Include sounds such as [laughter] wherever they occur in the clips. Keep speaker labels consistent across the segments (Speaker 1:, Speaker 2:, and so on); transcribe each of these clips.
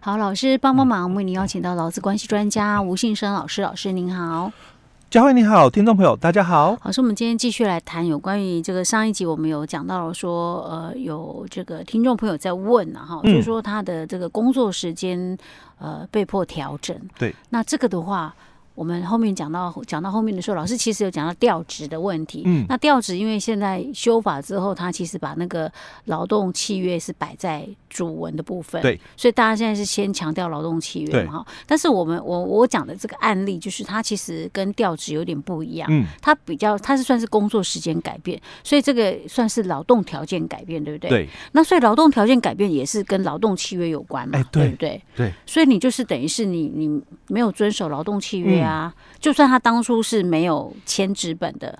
Speaker 1: 好，老师帮帮忙，我们为您邀请到劳资关系专家吴信生老师，老师您好。
Speaker 2: 佳慧你好，听众朋友大家好。
Speaker 1: 老师，我们今天继续来谈有关于这个上一集我们有讲到说，呃，有这个听众朋友在问啊，哈，
Speaker 2: 嗯
Speaker 1: 就是说他的这个工作时间呃被迫调整。
Speaker 2: 对，
Speaker 1: 那这个的话。我们后面讲到讲到后面的时候，老师其实有讲到调职的问题。
Speaker 2: 嗯
Speaker 1: 那调职因为现在修法之后，他其实把那个劳动契约是摆在主文的部分。
Speaker 2: 对，
Speaker 1: 所以大家现在是先强调劳动契约
Speaker 2: 对
Speaker 1: 嘛哈。但是我们我我讲的这个案例，就是它其实跟调职有点不一样。
Speaker 2: 嗯，
Speaker 1: 它比较，它是算是工作时间改变，所以这个算是劳动条件改变，对不对？。
Speaker 2: 对
Speaker 1: 那所以劳动条件改变也是跟劳动契约有关嘛，
Speaker 2: 哎对
Speaker 1: 不对？
Speaker 2: 对，
Speaker 1: 所以你就是等于是你你没有遵守劳动契约啊，
Speaker 2: 嗯
Speaker 1: 就算他当初是没有签纸本的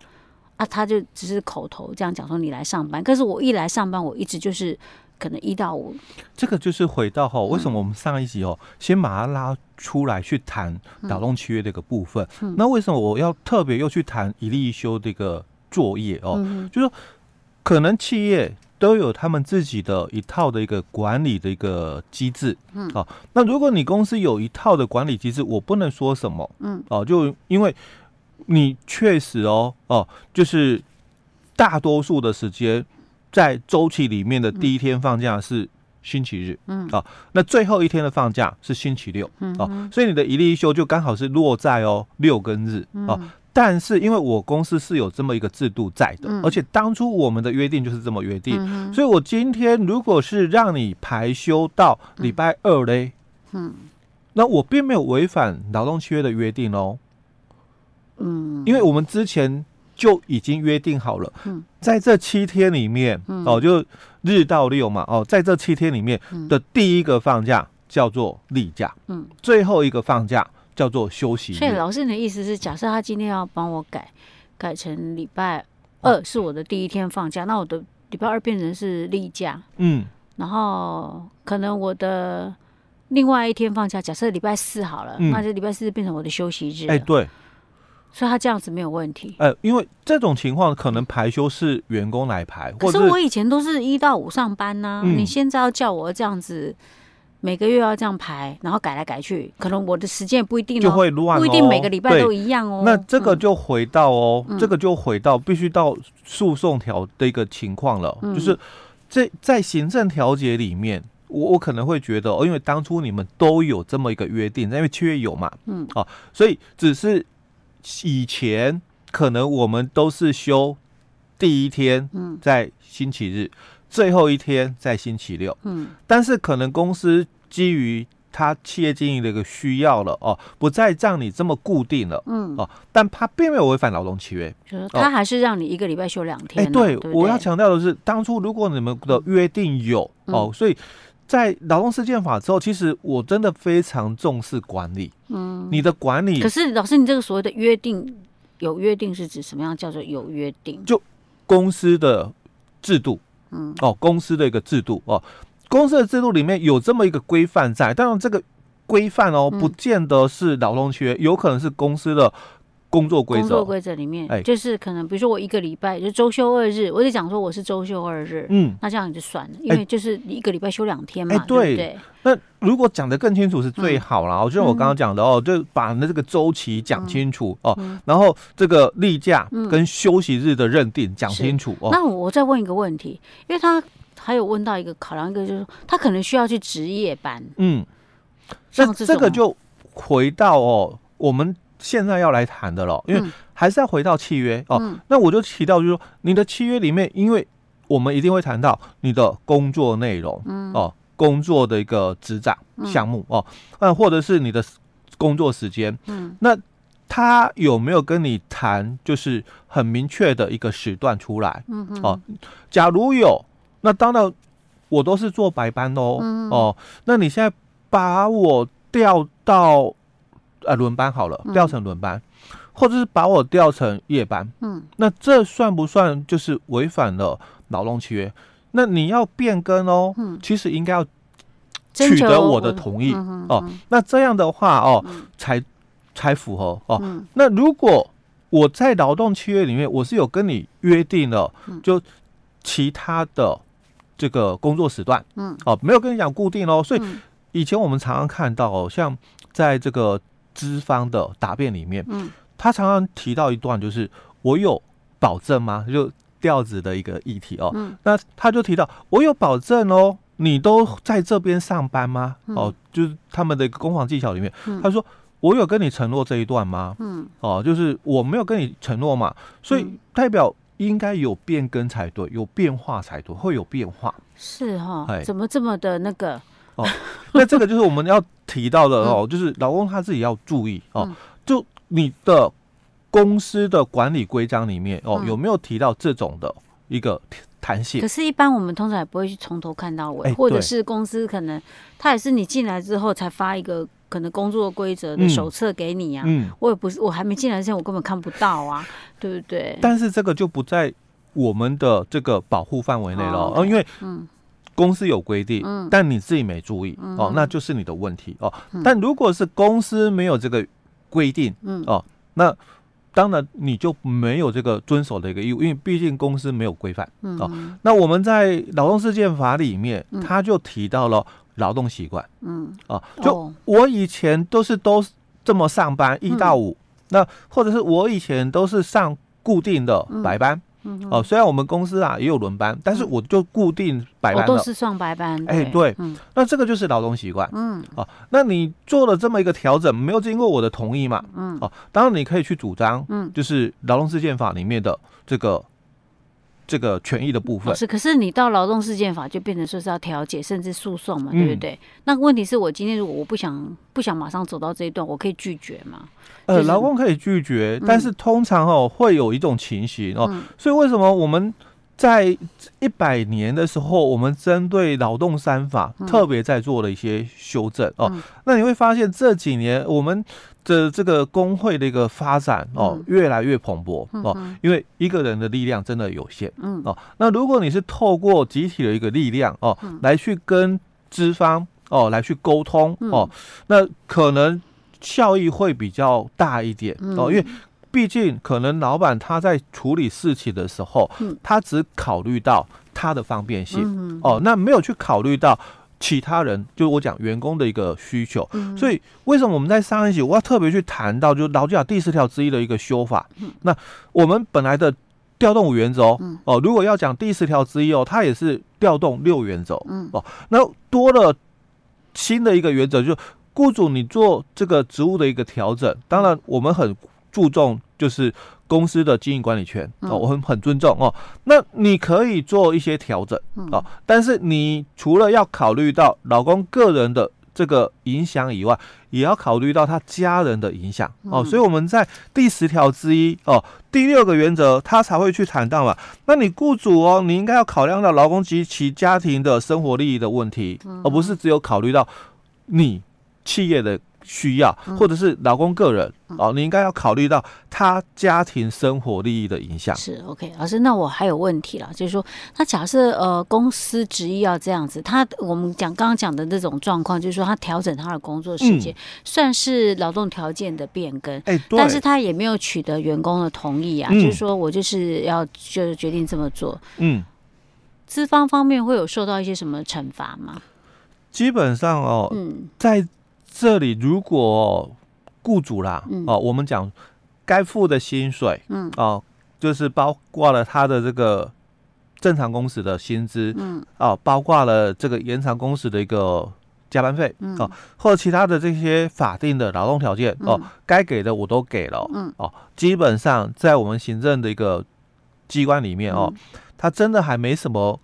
Speaker 1: 啊，他就只是口头这样讲说你来上班，可是我一来上班，我一直就是可能一到五，
Speaker 2: 这个就是回到哈、为什么我们上一集哦，先把它拉出来去谈劳动契约这个部分。那为什么我要特别又去谈一例一休这个作业哦？
Speaker 1: 嗯
Speaker 2: 就是说可能企业都有他们自己的一套的一个管理的一个机制，嗯，哦，那如果你公司有一套的管理机制，我不能说什么，
Speaker 1: 嗯，
Speaker 2: 哦，就因为你确实哦，哦，就是大多数的时间在周期里面的第一天放假是星期日，嗯，哦，那最后一天的放假是星期六，嗯，哦，所以你的一例一休就刚好是落在哦六跟日，哦。但是，因为我公司是有这么一个制度在
Speaker 1: 嗯
Speaker 2: 的，而且当初我们的约定就是这么约定，所以我今天如果是让你排休到礼拜二嘞，
Speaker 1: 嗯
Speaker 2: 那我并没有违反劳动契约的约定哦，
Speaker 1: 嗯，
Speaker 2: 因为我们之前就已经约定好了，在这七天里面，
Speaker 1: 嗯
Speaker 2: 哦，就日到六嘛，哦，在这七天里面的第一个放假叫做例假，
Speaker 1: 嗯，
Speaker 2: 最后一个放假叫做休息
Speaker 1: 所以
Speaker 2: 日，
Speaker 1: 老师你的意思是，假设他今天要帮我改，改成礼拜
Speaker 2: 哦
Speaker 1: 二是我的第一天放假，那我的礼拜二变成是例假，
Speaker 2: 嗯，
Speaker 1: 然后可能我的另外一天放假，假设礼拜四好了，
Speaker 2: 嗯
Speaker 1: 那就礼拜四变成我的休息日了，
Speaker 2: 哎，对，
Speaker 1: 所以他这样子没有问题。
Speaker 2: 呃，因为这种情况可能排休是员工来排，
Speaker 1: 可
Speaker 2: 或
Speaker 1: 是
Speaker 2: 者
Speaker 1: 我以前都是一到五上班呐、
Speaker 2: 嗯
Speaker 1: 你现在要叫我这样子，每个月要这样排，然后改来改去，可能我的时间也不一定、哦，
Speaker 2: 就会乱、哦，
Speaker 1: 不一定每个礼拜
Speaker 2: 对
Speaker 1: 都一样哦。
Speaker 2: 那这个
Speaker 1: 嗯
Speaker 2: 就回到哦，这个就回到必须到诉讼条的一个情况了，
Speaker 1: 嗯
Speaker 2: 就是这在行政调解里面，我我可能会觉得哦，因为当初你们都有这么一个约定，因为契约有嘛，
Speaker 1: 嗯，
Speaker 2: 哦，所以只是以前可能我们都是休第一天，
Speaker 1: 嗯，
Speaker 2: 在星期日，最后一天在星期六，
Speaker 1: 嗯
Speaker 2: 但是可能公司基于它企业经营的一个需要了哦，不再让你这么固定了。
Speaker 1: 嗯，
Speaker 2: 哦，但他并没有违反劳动契约。
Speaker 1: 就是他还是让你一个礼拜休两天、啊。
Speaker 2: 哦哎对，
Speaker 1: 不嗯
Speaker 2: 我要强调的是，当初如果你们的约定有、哦，所以在劳动事件法之后，其实我真的非常重视管理。嗯，你的管理
Speaker 1: 可是老师，你这个所谓的约定，有约定是指什么样叫做有约定？
Speaker 2: 公司的制度，嗯，哦，公司的一个制度哦，公司的制度里面有这么一个规范在，当然这个规范哦，
Speaker 1: 嗯
Speaker 2: 不见得是劳动契约，有可能是公司的工作规
Speaker 1: 工作
Speaker 2: 则。
Speaker 1: 规则里面，
Speaker 2: 哎
Speaker 1: 就是可能比如说我一个礼拜就周休二日，我就讲说我是周休二日，
Speaker 2: 嗯，
Speaker 1: 那这样就算了，因为就是你一个礼拜休两天嘛，
Speaker 2: 哎
Speaker 1: 对不
Speaker 2: 对
Speaker 1: 对？
Speaker 2: 那如果讲得更清楚是最好啦。我就像我刚刚讲的哦，就把那这个周期讲清楚哦，然后这个例假跟休息日的认定讲清楚哦。
Speaker 1: 那我再问一个问题，因为他还有问到一个考量，一个就是他可能需要去值夜班，
Speaker 2: 嗯，
Speaker 1: 像
Speaker 2: 那
Speaker 1: 这
Speaker 2: 这个
Speaker 1: 种
Speaker 2: 就回到哦，我们现在要来谈的了，因为
Speaker 1: 嗯
Speaker 2: 还是要回到契约哦。那我就提到，就是说你的契约里面，因为我们一定会谈到你的工作内容，嗯，哦，工作的一个执掌
Speaker 1: 嗯
Speaker 2: 项目、哦，那或者是你的工作时间，嗯，那他有没有跟你谈，就是很明确的一个时段出来？嗯哦，假如有，那当然我都是做白班的哦，
Speaker 1: 嗯
Speaker 2: 哦，那你现在把我调到呃轮班好了，调成轮班，或者是把我调成夜班，
Speaker 1: 嗯，
Speaker 2: 那这算不算就是违反了劳动契约？那你要变更哦，嗯，其实应该要
Speaker 1: 征
Speaker 2: 取
Speaker 1: 求嗯
Speaker 2: 得我的同意哦，那这样的话哦，才才符合哦。
Speaker 1: 嗯
Speaker 2: 那如果我在劳动契约里面，我是有跟你约定了，就
Speaker 1: 嗯
Speaker 2: 其他的这个工作时段，嗯，哦，没有跟你讲固定哦，所以以前我们常常看到、哦，像在这个资方的答辩里面，
Speaker 1: 嗯，
Speaker 2: 他常常提到一段，就是我有保证吗？就调子的一个议题哦。
Speaker 1: 嗯
Speaker 2: 那他就提到我有保证哦，你都在这边上班吗？哦，就是他们的一个攻防技巧里面，
Speaker 1: 嗯
Speaker 2: 他说我有跟你承诺这一段吗？
Speaker 1: 嗯，
Speaker 2: 哦，就是我没有跟你承诺嘛，所以
Speaker 1: 嗯
Speaker 2: 代表应该有变更才对，有变化才对，会有变化。
Speaker 1: 是哈、
Speaker 2: 哎
Speaker 1: 怎么这么的那个？
Speaker 2: 那这个就是我们要提到的
Speaker 1: [laughs]
Speaker 2: 哦，就是老公他自己要注意哦
Speaker 1: 嗯，
Speaker 2: 就你的公司的管理规章里面哦，
Speaker 1: 嗯
Speaker 2: 有没有提到这种的一个弹性
Speaker 1: 可？是，一般我们通常也不会去从头看到尾，
Speaker 2: 哎
Speaker 1: 或者
Speaker 2: 对
Speaker 1: 是公司可能他也是你进来之后才发一个可能工作规则的
Speaker 2: 嗯
Speaker 1: 手册给你啊。
Speaker 2: 嗯，
Speaker 1: 我也不是，我还没进来之前，我根本看不到啊，对不对？
Speaker 2: 但是这个就不在我们的这个保护范围内了
Speaker 1: 哦，
Speaker 2: 哦，因为
Speaker 1: 嗯
Speaker 2: 公司有规定，
Speaker 1: 嗯
Speaker 2: 但你自己没注意哦
Speaker 1: 嗯，
Speaker 2: 那就是你的问题哦
Speaker 1: 嗯。
Speaker 2: 但如果是公司没有这个规定，
Speaker 1: 嗯
Speaker 2: 哦那当然你就没有这个遵守的一个义务，因为毕竟公司没有规范。
Speaker 1: 嗯嗯
Speaker 2: 那我们在《劳动事件法》里面，他就提到了劳动习惯
Speaker 1: 嗯，
Speaker 2: 啊，就
Speaker 1: 哦，
Speaker 2: 我以前都是都这么上班一到五，
Speaker 1: 嗯
Speaker 2: 那或者是我以前都是上固定的白班
Speaker 1: 嗯
Speaker 2: 哦、虽然我们公司啊也有轮班，但是我就固定白
Speaker 1: 我
Speaker 2: 班
Speaker 1: 哦都
Speaker 2: 了。
Speaker 1: 是上白班，
Speaker 2: 哎对
Speaker 1: 嗯
Speaker 2: 那这个就是劳动习惯。哦
Speaker 1: 嗯
Speaker 2: 那你做了这么一个调整，没有经过我的同意嘛？
Speaker 1: 嗯
Speaker 2: 哦，当然你可以去主张，
Speaker 1: 嗯，
Speaker 2: 就是《劳动事件法》里面的这个这个权益的部分
Speaker 1: 老。师，可哦是你到劳动事件法就变成说是要调解甚至诉讼嘛，
Speaker 2: 嗯
Speaker 1: 对不对？那问题是我今天如果我不想不想马上走到这一段，我可以拒绝嘛？就
Speaker 2: 呃，
Speaker 1: 是
Speaker 2: 劳工可以拒绝，但是通常哦会有一种情形哦，
Speaker 1: 嗯
Speaker 2: 所以为什么我们在一百年的时候，我们针对劳动三法、特别在做了一些修正哦？
Speaker 1: 嗯
Speaker 2: 那你会发现这几年我们的这个工会的一个发展哦，
Speaker 1: 嗯
Speaker 2: 越来越蓬勃哦，
Speaker 1: 嗯
Speaker 2: 因为一个人的力量真的有限。
Speaker 1: 嗯
Speaker 2: 哦，那如果你是透过集体的一个力量哦，
Speaker 1: 嗯
Speaker 2: 来去跟资方哦来去沟通
Speaker 1: 嗯
Speaker 2: 哦，那可能效益会比较大一点
Speaker 1: 嗯
Speaker 2: 哦，因为毕竟可能老板他在处理事情的时候，
Speaker 1: 嗯
Speaker 2: 他只考虑到他的方便性、
Speaker 1: 嗯
Speaker 2: 哦，那没有去考虑到。其他人就是我讲员工的一个需求，
Speaker 1: 嗯
Speaker 2: 所以为什么我们在上一集我要特别去谈到，就是劳基法第十条之一的一个修法。
Speaker 1: 嗯
Speaker 2: 那我们本来的调动五原则哦，哦，如果要讲第十条之一哦，它也是调动六原则
Speaker 1: 嗯
Speaker 2: 哦。那多了新的一个原则，就是雇主你做这个职务的一个调整，
Speaker 1: 嗯
Speaker 2: 当然我们很注重就是公司的经营管理权哦，
Speaker 1: 嗯
Speaker 2: 我很很尊重哦。那你可以做一些调整
Speaker 1: 嗯
Speaker 2: 哦，但是你除了要考虑到老公个人的这个影响以外，也要考虑到他家人的影响哦。
Speaker 1: 嗯
Speaker 2: 所以我们在第十条之一哦，第六个原则他才会去谈到嘛。那你雇主哦，你应该要考量到劳工及其家庭的生活利益的问题，
Speaker 1: 嗯
Speaker 2: 而不是只有考虑到你企业的需要，或者是劳工个人哦，你应该要考虑到他家庭生活利益的影响。
Speaker 1: 是 OK，老师，那我还有问题了，就是说，那假设呃公司执意要这样子，他我们讲刚刚讲的那种状况，就是说他调整他的工作
Speaker 2: 嗯
Speaker 1: 时间，算是劳动条件的变更。
Speaker 2: 哎，对，
Speaker 1: 但是他也没有取得员工的同意啊，
Speaker 2: 嗯
Speaker 1: 就是说我就是要就是决定这么做，
Speaker 2: 嗯。
Speaker 1: 资方方面会有受到一些什么惩罚吗？
Speaker 2: 基本上哦，
Speaker 1: 嗯
Speaker 2: 在这里如果、雇主啦，
Speaker 1: 嗯
Speaker 2: 哦，我们讲该付的薪水，
Speaker 1: 嗯
Speaker 2: 哦，就是包括了他的这个正常工时的薪资，
Speaker 1: 嗯，
Speaker 2: 哦，包括了这个延长工时的一个加班费，
Speaker 1: 嗯
Speaker 2: 哦，或者其他的这些法定的劳动条件，哦
Speaker 1: 嗯，
Speaker 2: 该给的我都给了，
Speaker 1: 嗯，
Speaker 2: 哦，基本上在我们行政的一个机关里
Speaker 1: 嗯
Speaker 2: 面哦，他真的还没什么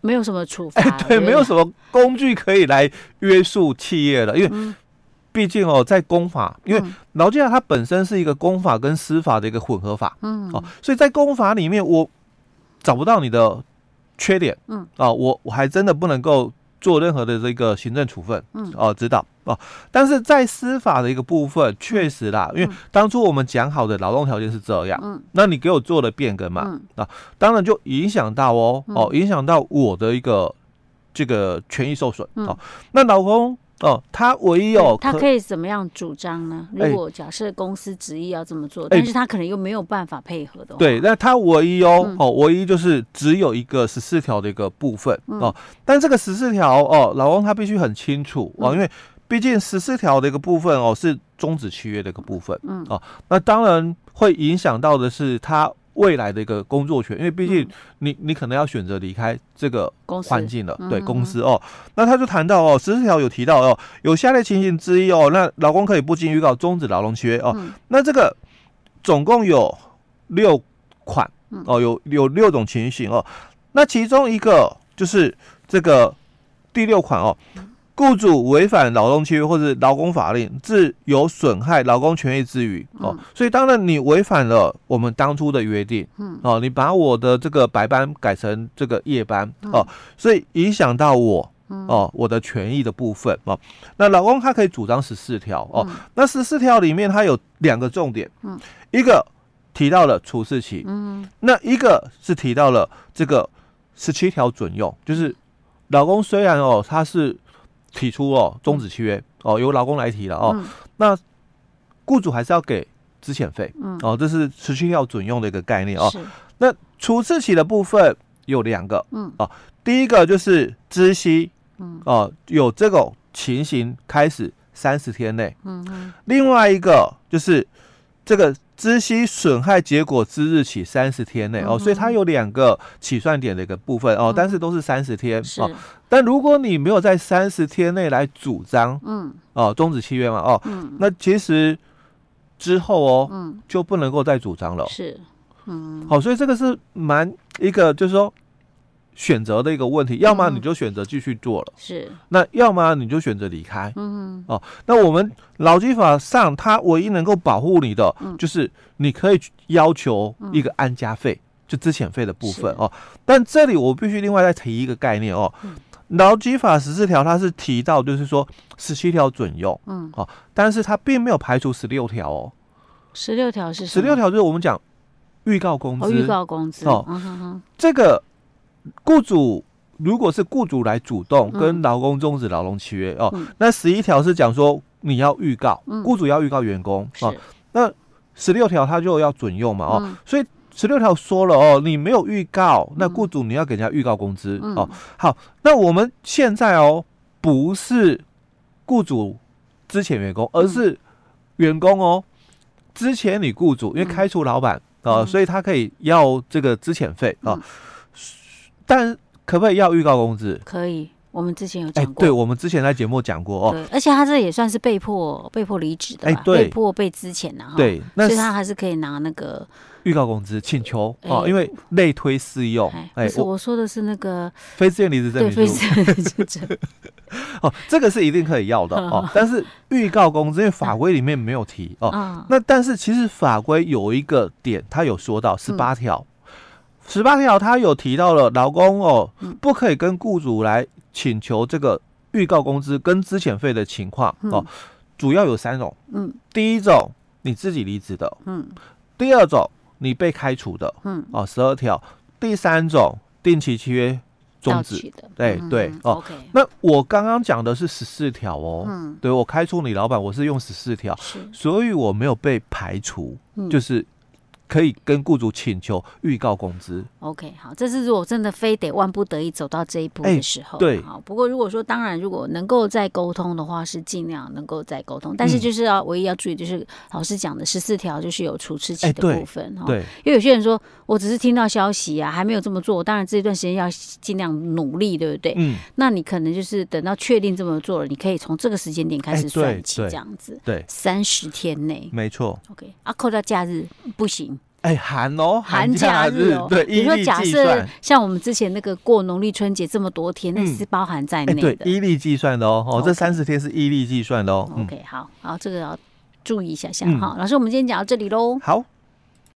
Speaker 1: 没有什么处罚，
Speaker 2: 哎，对，没有
Speaker 1: 么
Speaker 2: 什么工具可以来约束企业了，因为
Speaker 1: 嗯
Speaker 2: 毕竟哦，在公法，因为
Speaker 1: 嗯
Speaker 2: 劳基法它本身是一个公法跟司法的一个混合法，
Speaker 1: 嗯
Speaker 2: 哦，所以在公法里面我找不到你的缺点，
Speaker 1: 嗯，
Speaker 2: 啊，我我还真的不能够做任何的这个行政处分，
Speaker 1: 嗯
Speaker 2: 哦，指导哦，但是在司法的一个部分，确实啦，因为当初我们讲好的劳动条件是这样，
Speaker 1: 嗯，
Speaker 2: 那你给我做了变更嘛，
Speaker 1: 嗯
Speaker 2: 啊当然就影响到哦、哦，影响到我的一个这个权益受损、
Speaker 1: 嗯
Speaker 2: 哦。那老公哦，他唯有
Speaker 1: 他可以怎么样主张呢？
Speaker 2: 哎
Speaker 1: 如果假设公司执意要这么做，
Speaker 2: 哎
Speaker 1: 但是他可能又没有办法配合的话，
Speaker 2: 对，那它唯一哦、
Speaker 1: 嗯
Speaker 2: 哦，唯一就是只有一个十四条的一个部分、
Speaker 1: 嗯
Speaker 2: 哦，但这个十四条哦，老公他必须很清楚哦，
Speaker 1: 嗯
Speaker 2: 因为毕竟十四条的一个部分哦是终止契约的一个部分，嗯哦，那当然会影响到的是他未来的一个工作权，因为毕竟你、你可能要选择离开这个
Speaker 1: 嗯公司
Speaker 2: 环境了，对
Speaker 1: 嗯
Speaker 2: 公司哦。那他就谈到哦，十四条有提到哦，有下列情形之一哦，那劳工可以不经预告终止劳动契约哦。
Speaker 1: 嗯
Speaker 2: 那这个总共有六款
Speaker 1: 嗯
Speaker 2: 哦，有有六种情形哦。那其中一个就是这个第六款哦。
Speaker 1: 嗯
Speaker 2: 雇主违反劳动契约或者劳工法令，致有损害劳工权益之余
Speaker 1: 嗯
Speaker 2: 哦，所以当然你违反了我们当初的约定，嗯，哦，你把我的这个白班改成这个夜班
Speaker 1: 嗯
Speaker 2: 哦，所以影响到我。哦，我的权益的部分哦，那老公他可以主张十四条哦，那十四条里面它有两个重点，嗯，一个提到了处事期，嗯，那一个是提到了这个十七条准用，就是老公虽然哦他是提出哦终止契约哦由老公来提了哦，
Speaker 1: 嗯
Speaker 2: 那雇主还是要给资遣费，嗯，哦这是十七条准用的一个概念哦，
Speaker 1: 是嗯
Speaker 2: 那除斥期的部分有两个，
Speaker 1: 嗯，
Speaker 2: 哦，第一个就是知悉，嗯，哦，有这种情形开始三十天内，
Speaker 1: 嗯嗯
Speaker 2: 另外一个就是这个知悉损害结果之日起三十天
Speaker 1: 嗯
Speaker 2: 内、哦，所以它有两个起算点的一个部分哦，但是都是三十天
Speaker 1: 是
Speaker 2: 哦，但如果你没有在三十天内来主张
Speaker 1: 嗯
Speaker 2: 哦终止契约嘛哦，那其实之后哦，
Speaker 1: 嗯
Speaker 2: 就不能够再主张了。
Speaker 1: 是
Speaker 2: 好，所以这个是蛮一个就是说选择的一个问
Speaker 1: 嗯
Speaker 2: 题，要么你就选择继续做了，
Speaker 1: 是
Speaker 2: 那要么你就选择离开。嗯哦，那我们劳基法上它唯一能够保护你的，
Speaker 1: 嗯
Speaker 2: 就是你可以去要求一个安家费，就资遣费的部分
Speaker 1: 嗯是嗯
Speaker 2: 哦。但这里我必须另外再提一个概念哦。劳基法十四条，它是提到，就是说十七条准用，嗯，哦，但是它并没有排除十六条哦，
Speaker 1: 十六条是什
Speaker 2: 十
Speaker 1: 么
Speaker 2: 六条就是我们讲预告工资，
Speaker 1: 嗯哦，预告工资
Speaker 2: 哦
Speaker 1: 嗯哼哼
Speaker 2: 这个雇主如果是雇主来主动跟劳工终止劳动契约、
Speaker 1: 嗯
Speaker 2: 哦，那十一条是讲说你要预告，雇主要预告员工哦
Speaker 1: 是，嗯
Speaker 2: 十六条他就要准用嘛哦，所以十六条说了哦，你没有预告，那
Speaker 1: 嗯
Speaker 2: 雇主你要给人家预告工资、哦。好，那我们现在哦不是雇主之前员工，
Speaker 1: 嗯
Speaker 2: 而是员工哦之前你雇主，
Speaker 1: 嗯
Speaker 2: 因为开除老板啊、呃所以他可以要这个资遣费
Speaker 1: 嗯
Speaker 2: 啊，但可不可以要预告工资？
Speaker 1: 可以。我们之前有
Speaker 2: 哎、
Speaker 1: 讲过
Speaker 2: 对，，我们之前在节目讲过哦，
Speaker 1: 对，而且他这也算是被迫被迫离职的
Speaker 2: 哎
Speaker 1: 吧？
Speaker 2: 对
Speaker 1: 被迫被资遣呐，哈，
Speaker 2: 对，那
Speaker 1: 哦所以他还是可以拿那个，
Speaker 2: 预告工资请求哦、
Speaker 1: 哎
Speaker 2: 因为类推适用，
Speaker 1: 哎，
Speaker 2: 哎、
Speaker 1: 不是
Speaker 2: 我
Speaker 1: 我说的是那个
Speaker 2: 非自愿离职证
Speaker 1: 对，
Speaker 2: 明
Speaker 1: 非
Speaker 2: 书。
Speaker 1: 常认真，
Speaker 2: 哦，这个是一定可以要的
Speaker 1: [laughs]
Speaker 2: 哦。但是预告工资，因为
Speaker 1: 嗯
Speaker 2: 法规里面没有提 [laughs] 哦。
Speaker 1: 啊，
Speaker 2: 那但是其实法规有一个点，它有
Speaker 1: 嗯
Speaker 2: 说到十八条，十八条它有提到了劳工哦，
Speaker 1: 嗯
Speaker 2: 不可以跟雇主来请求这个预告工资跟资遣费的情况哦。主要有三种，
Speaker 1: 嗯，
Speaker 2: 第一种你自己离职的，
Speaker 1: 嗯，
Speaker 2: 第二种你被开除的，嗯，哦，十二条，第三种定期契约终
Speaker 1: 到
Speaker 2: 止，
Speaker 1: 期的，
Speaker 2: 对
Speaker 1: 嗯
Speaker 2: 对
Speaker 1: 嗯
Speaker 2: 哦
Speaker 1: ，OK，
Speaker 2: 那我刚刚讲的是十四条哦，
Speaker 1: 嗯
Speaker 2: 对我开除你老板，我是用十四条，
Speaker 1: 是
Speaker 2: 所以我没有被排除，
Speaker 1: 嗯
Speaker 2: 就是可以跟雇主请求预告工资。
Speaker 1: OK，好，这是如果真的非得万不得已走到这一步
Speaker 2: 哎
Speaker 1: 的时候，
Speaker 2: 对
Speaker 1: 好。不过如果说当然，如果能够再沟通的话，是尽量能够再沟通，但是
Speaker 2: 嗯
Speaker 1: 就是要、唯一要注意，就是老师讲的十四条，就是有处置期
Speaker 2: 哎
Speaker 1: 的
Speaker 2: 对
Speaker 1: 部分哈、
Speaker 2: 对，
Speaker 1: 因为有些人说我只是听到消息啊，还没有这么做，当然这一段时间要尽量努力，对不对？
Speaker 2: 嗯，
Speaker 1: 那你可能就是等到确定这么做了，你可以从这个时间点开
Speaker 2: 哎
Speaker 1: 始
Speaker 2: 对
Speaker 1: 算起，
Speaker 2: 对
Speaker 1: 这样子
Speaker 2: 对，
Speaker 1: 三十天内
Speaker 2: 没错。
Speaker 1: ，OK，啊，扣到假日不行。
Speaker 2: 哎，寒哦，
Speaker 1: 寒假
Speaker 2: 假
Speaker 1: 日哦，
Speaker 2: 对，
Speaker 1: 比
Speaker 2: 依
Speaker 1: 如说
Speaker 2: 例
Speaker 1: 假
Speaker 2: 计
Speaker 1: 设
Speaker 2: 算，哎
Speaker 1: 像我们之前那个过农历春节这么多天，那
Speaker 2: 嗯
Speaker 1: 是包含在
Speaker 2: 哎，
Speaker 1: 内
Speaker 2: 对，
Speaker 1: 的。
Speaker 2: 依例计算的哦，哦，
Speaker 1: OK
Speaker 2: 这三十天是依例计算的哦，嗯，
Speaker 1: OK，好，好，这个要注意一下下
Speaker 2: 嗯
Speaker 1: 哈。老师，我们今天讲到这里喽。
Speaker 2: 好。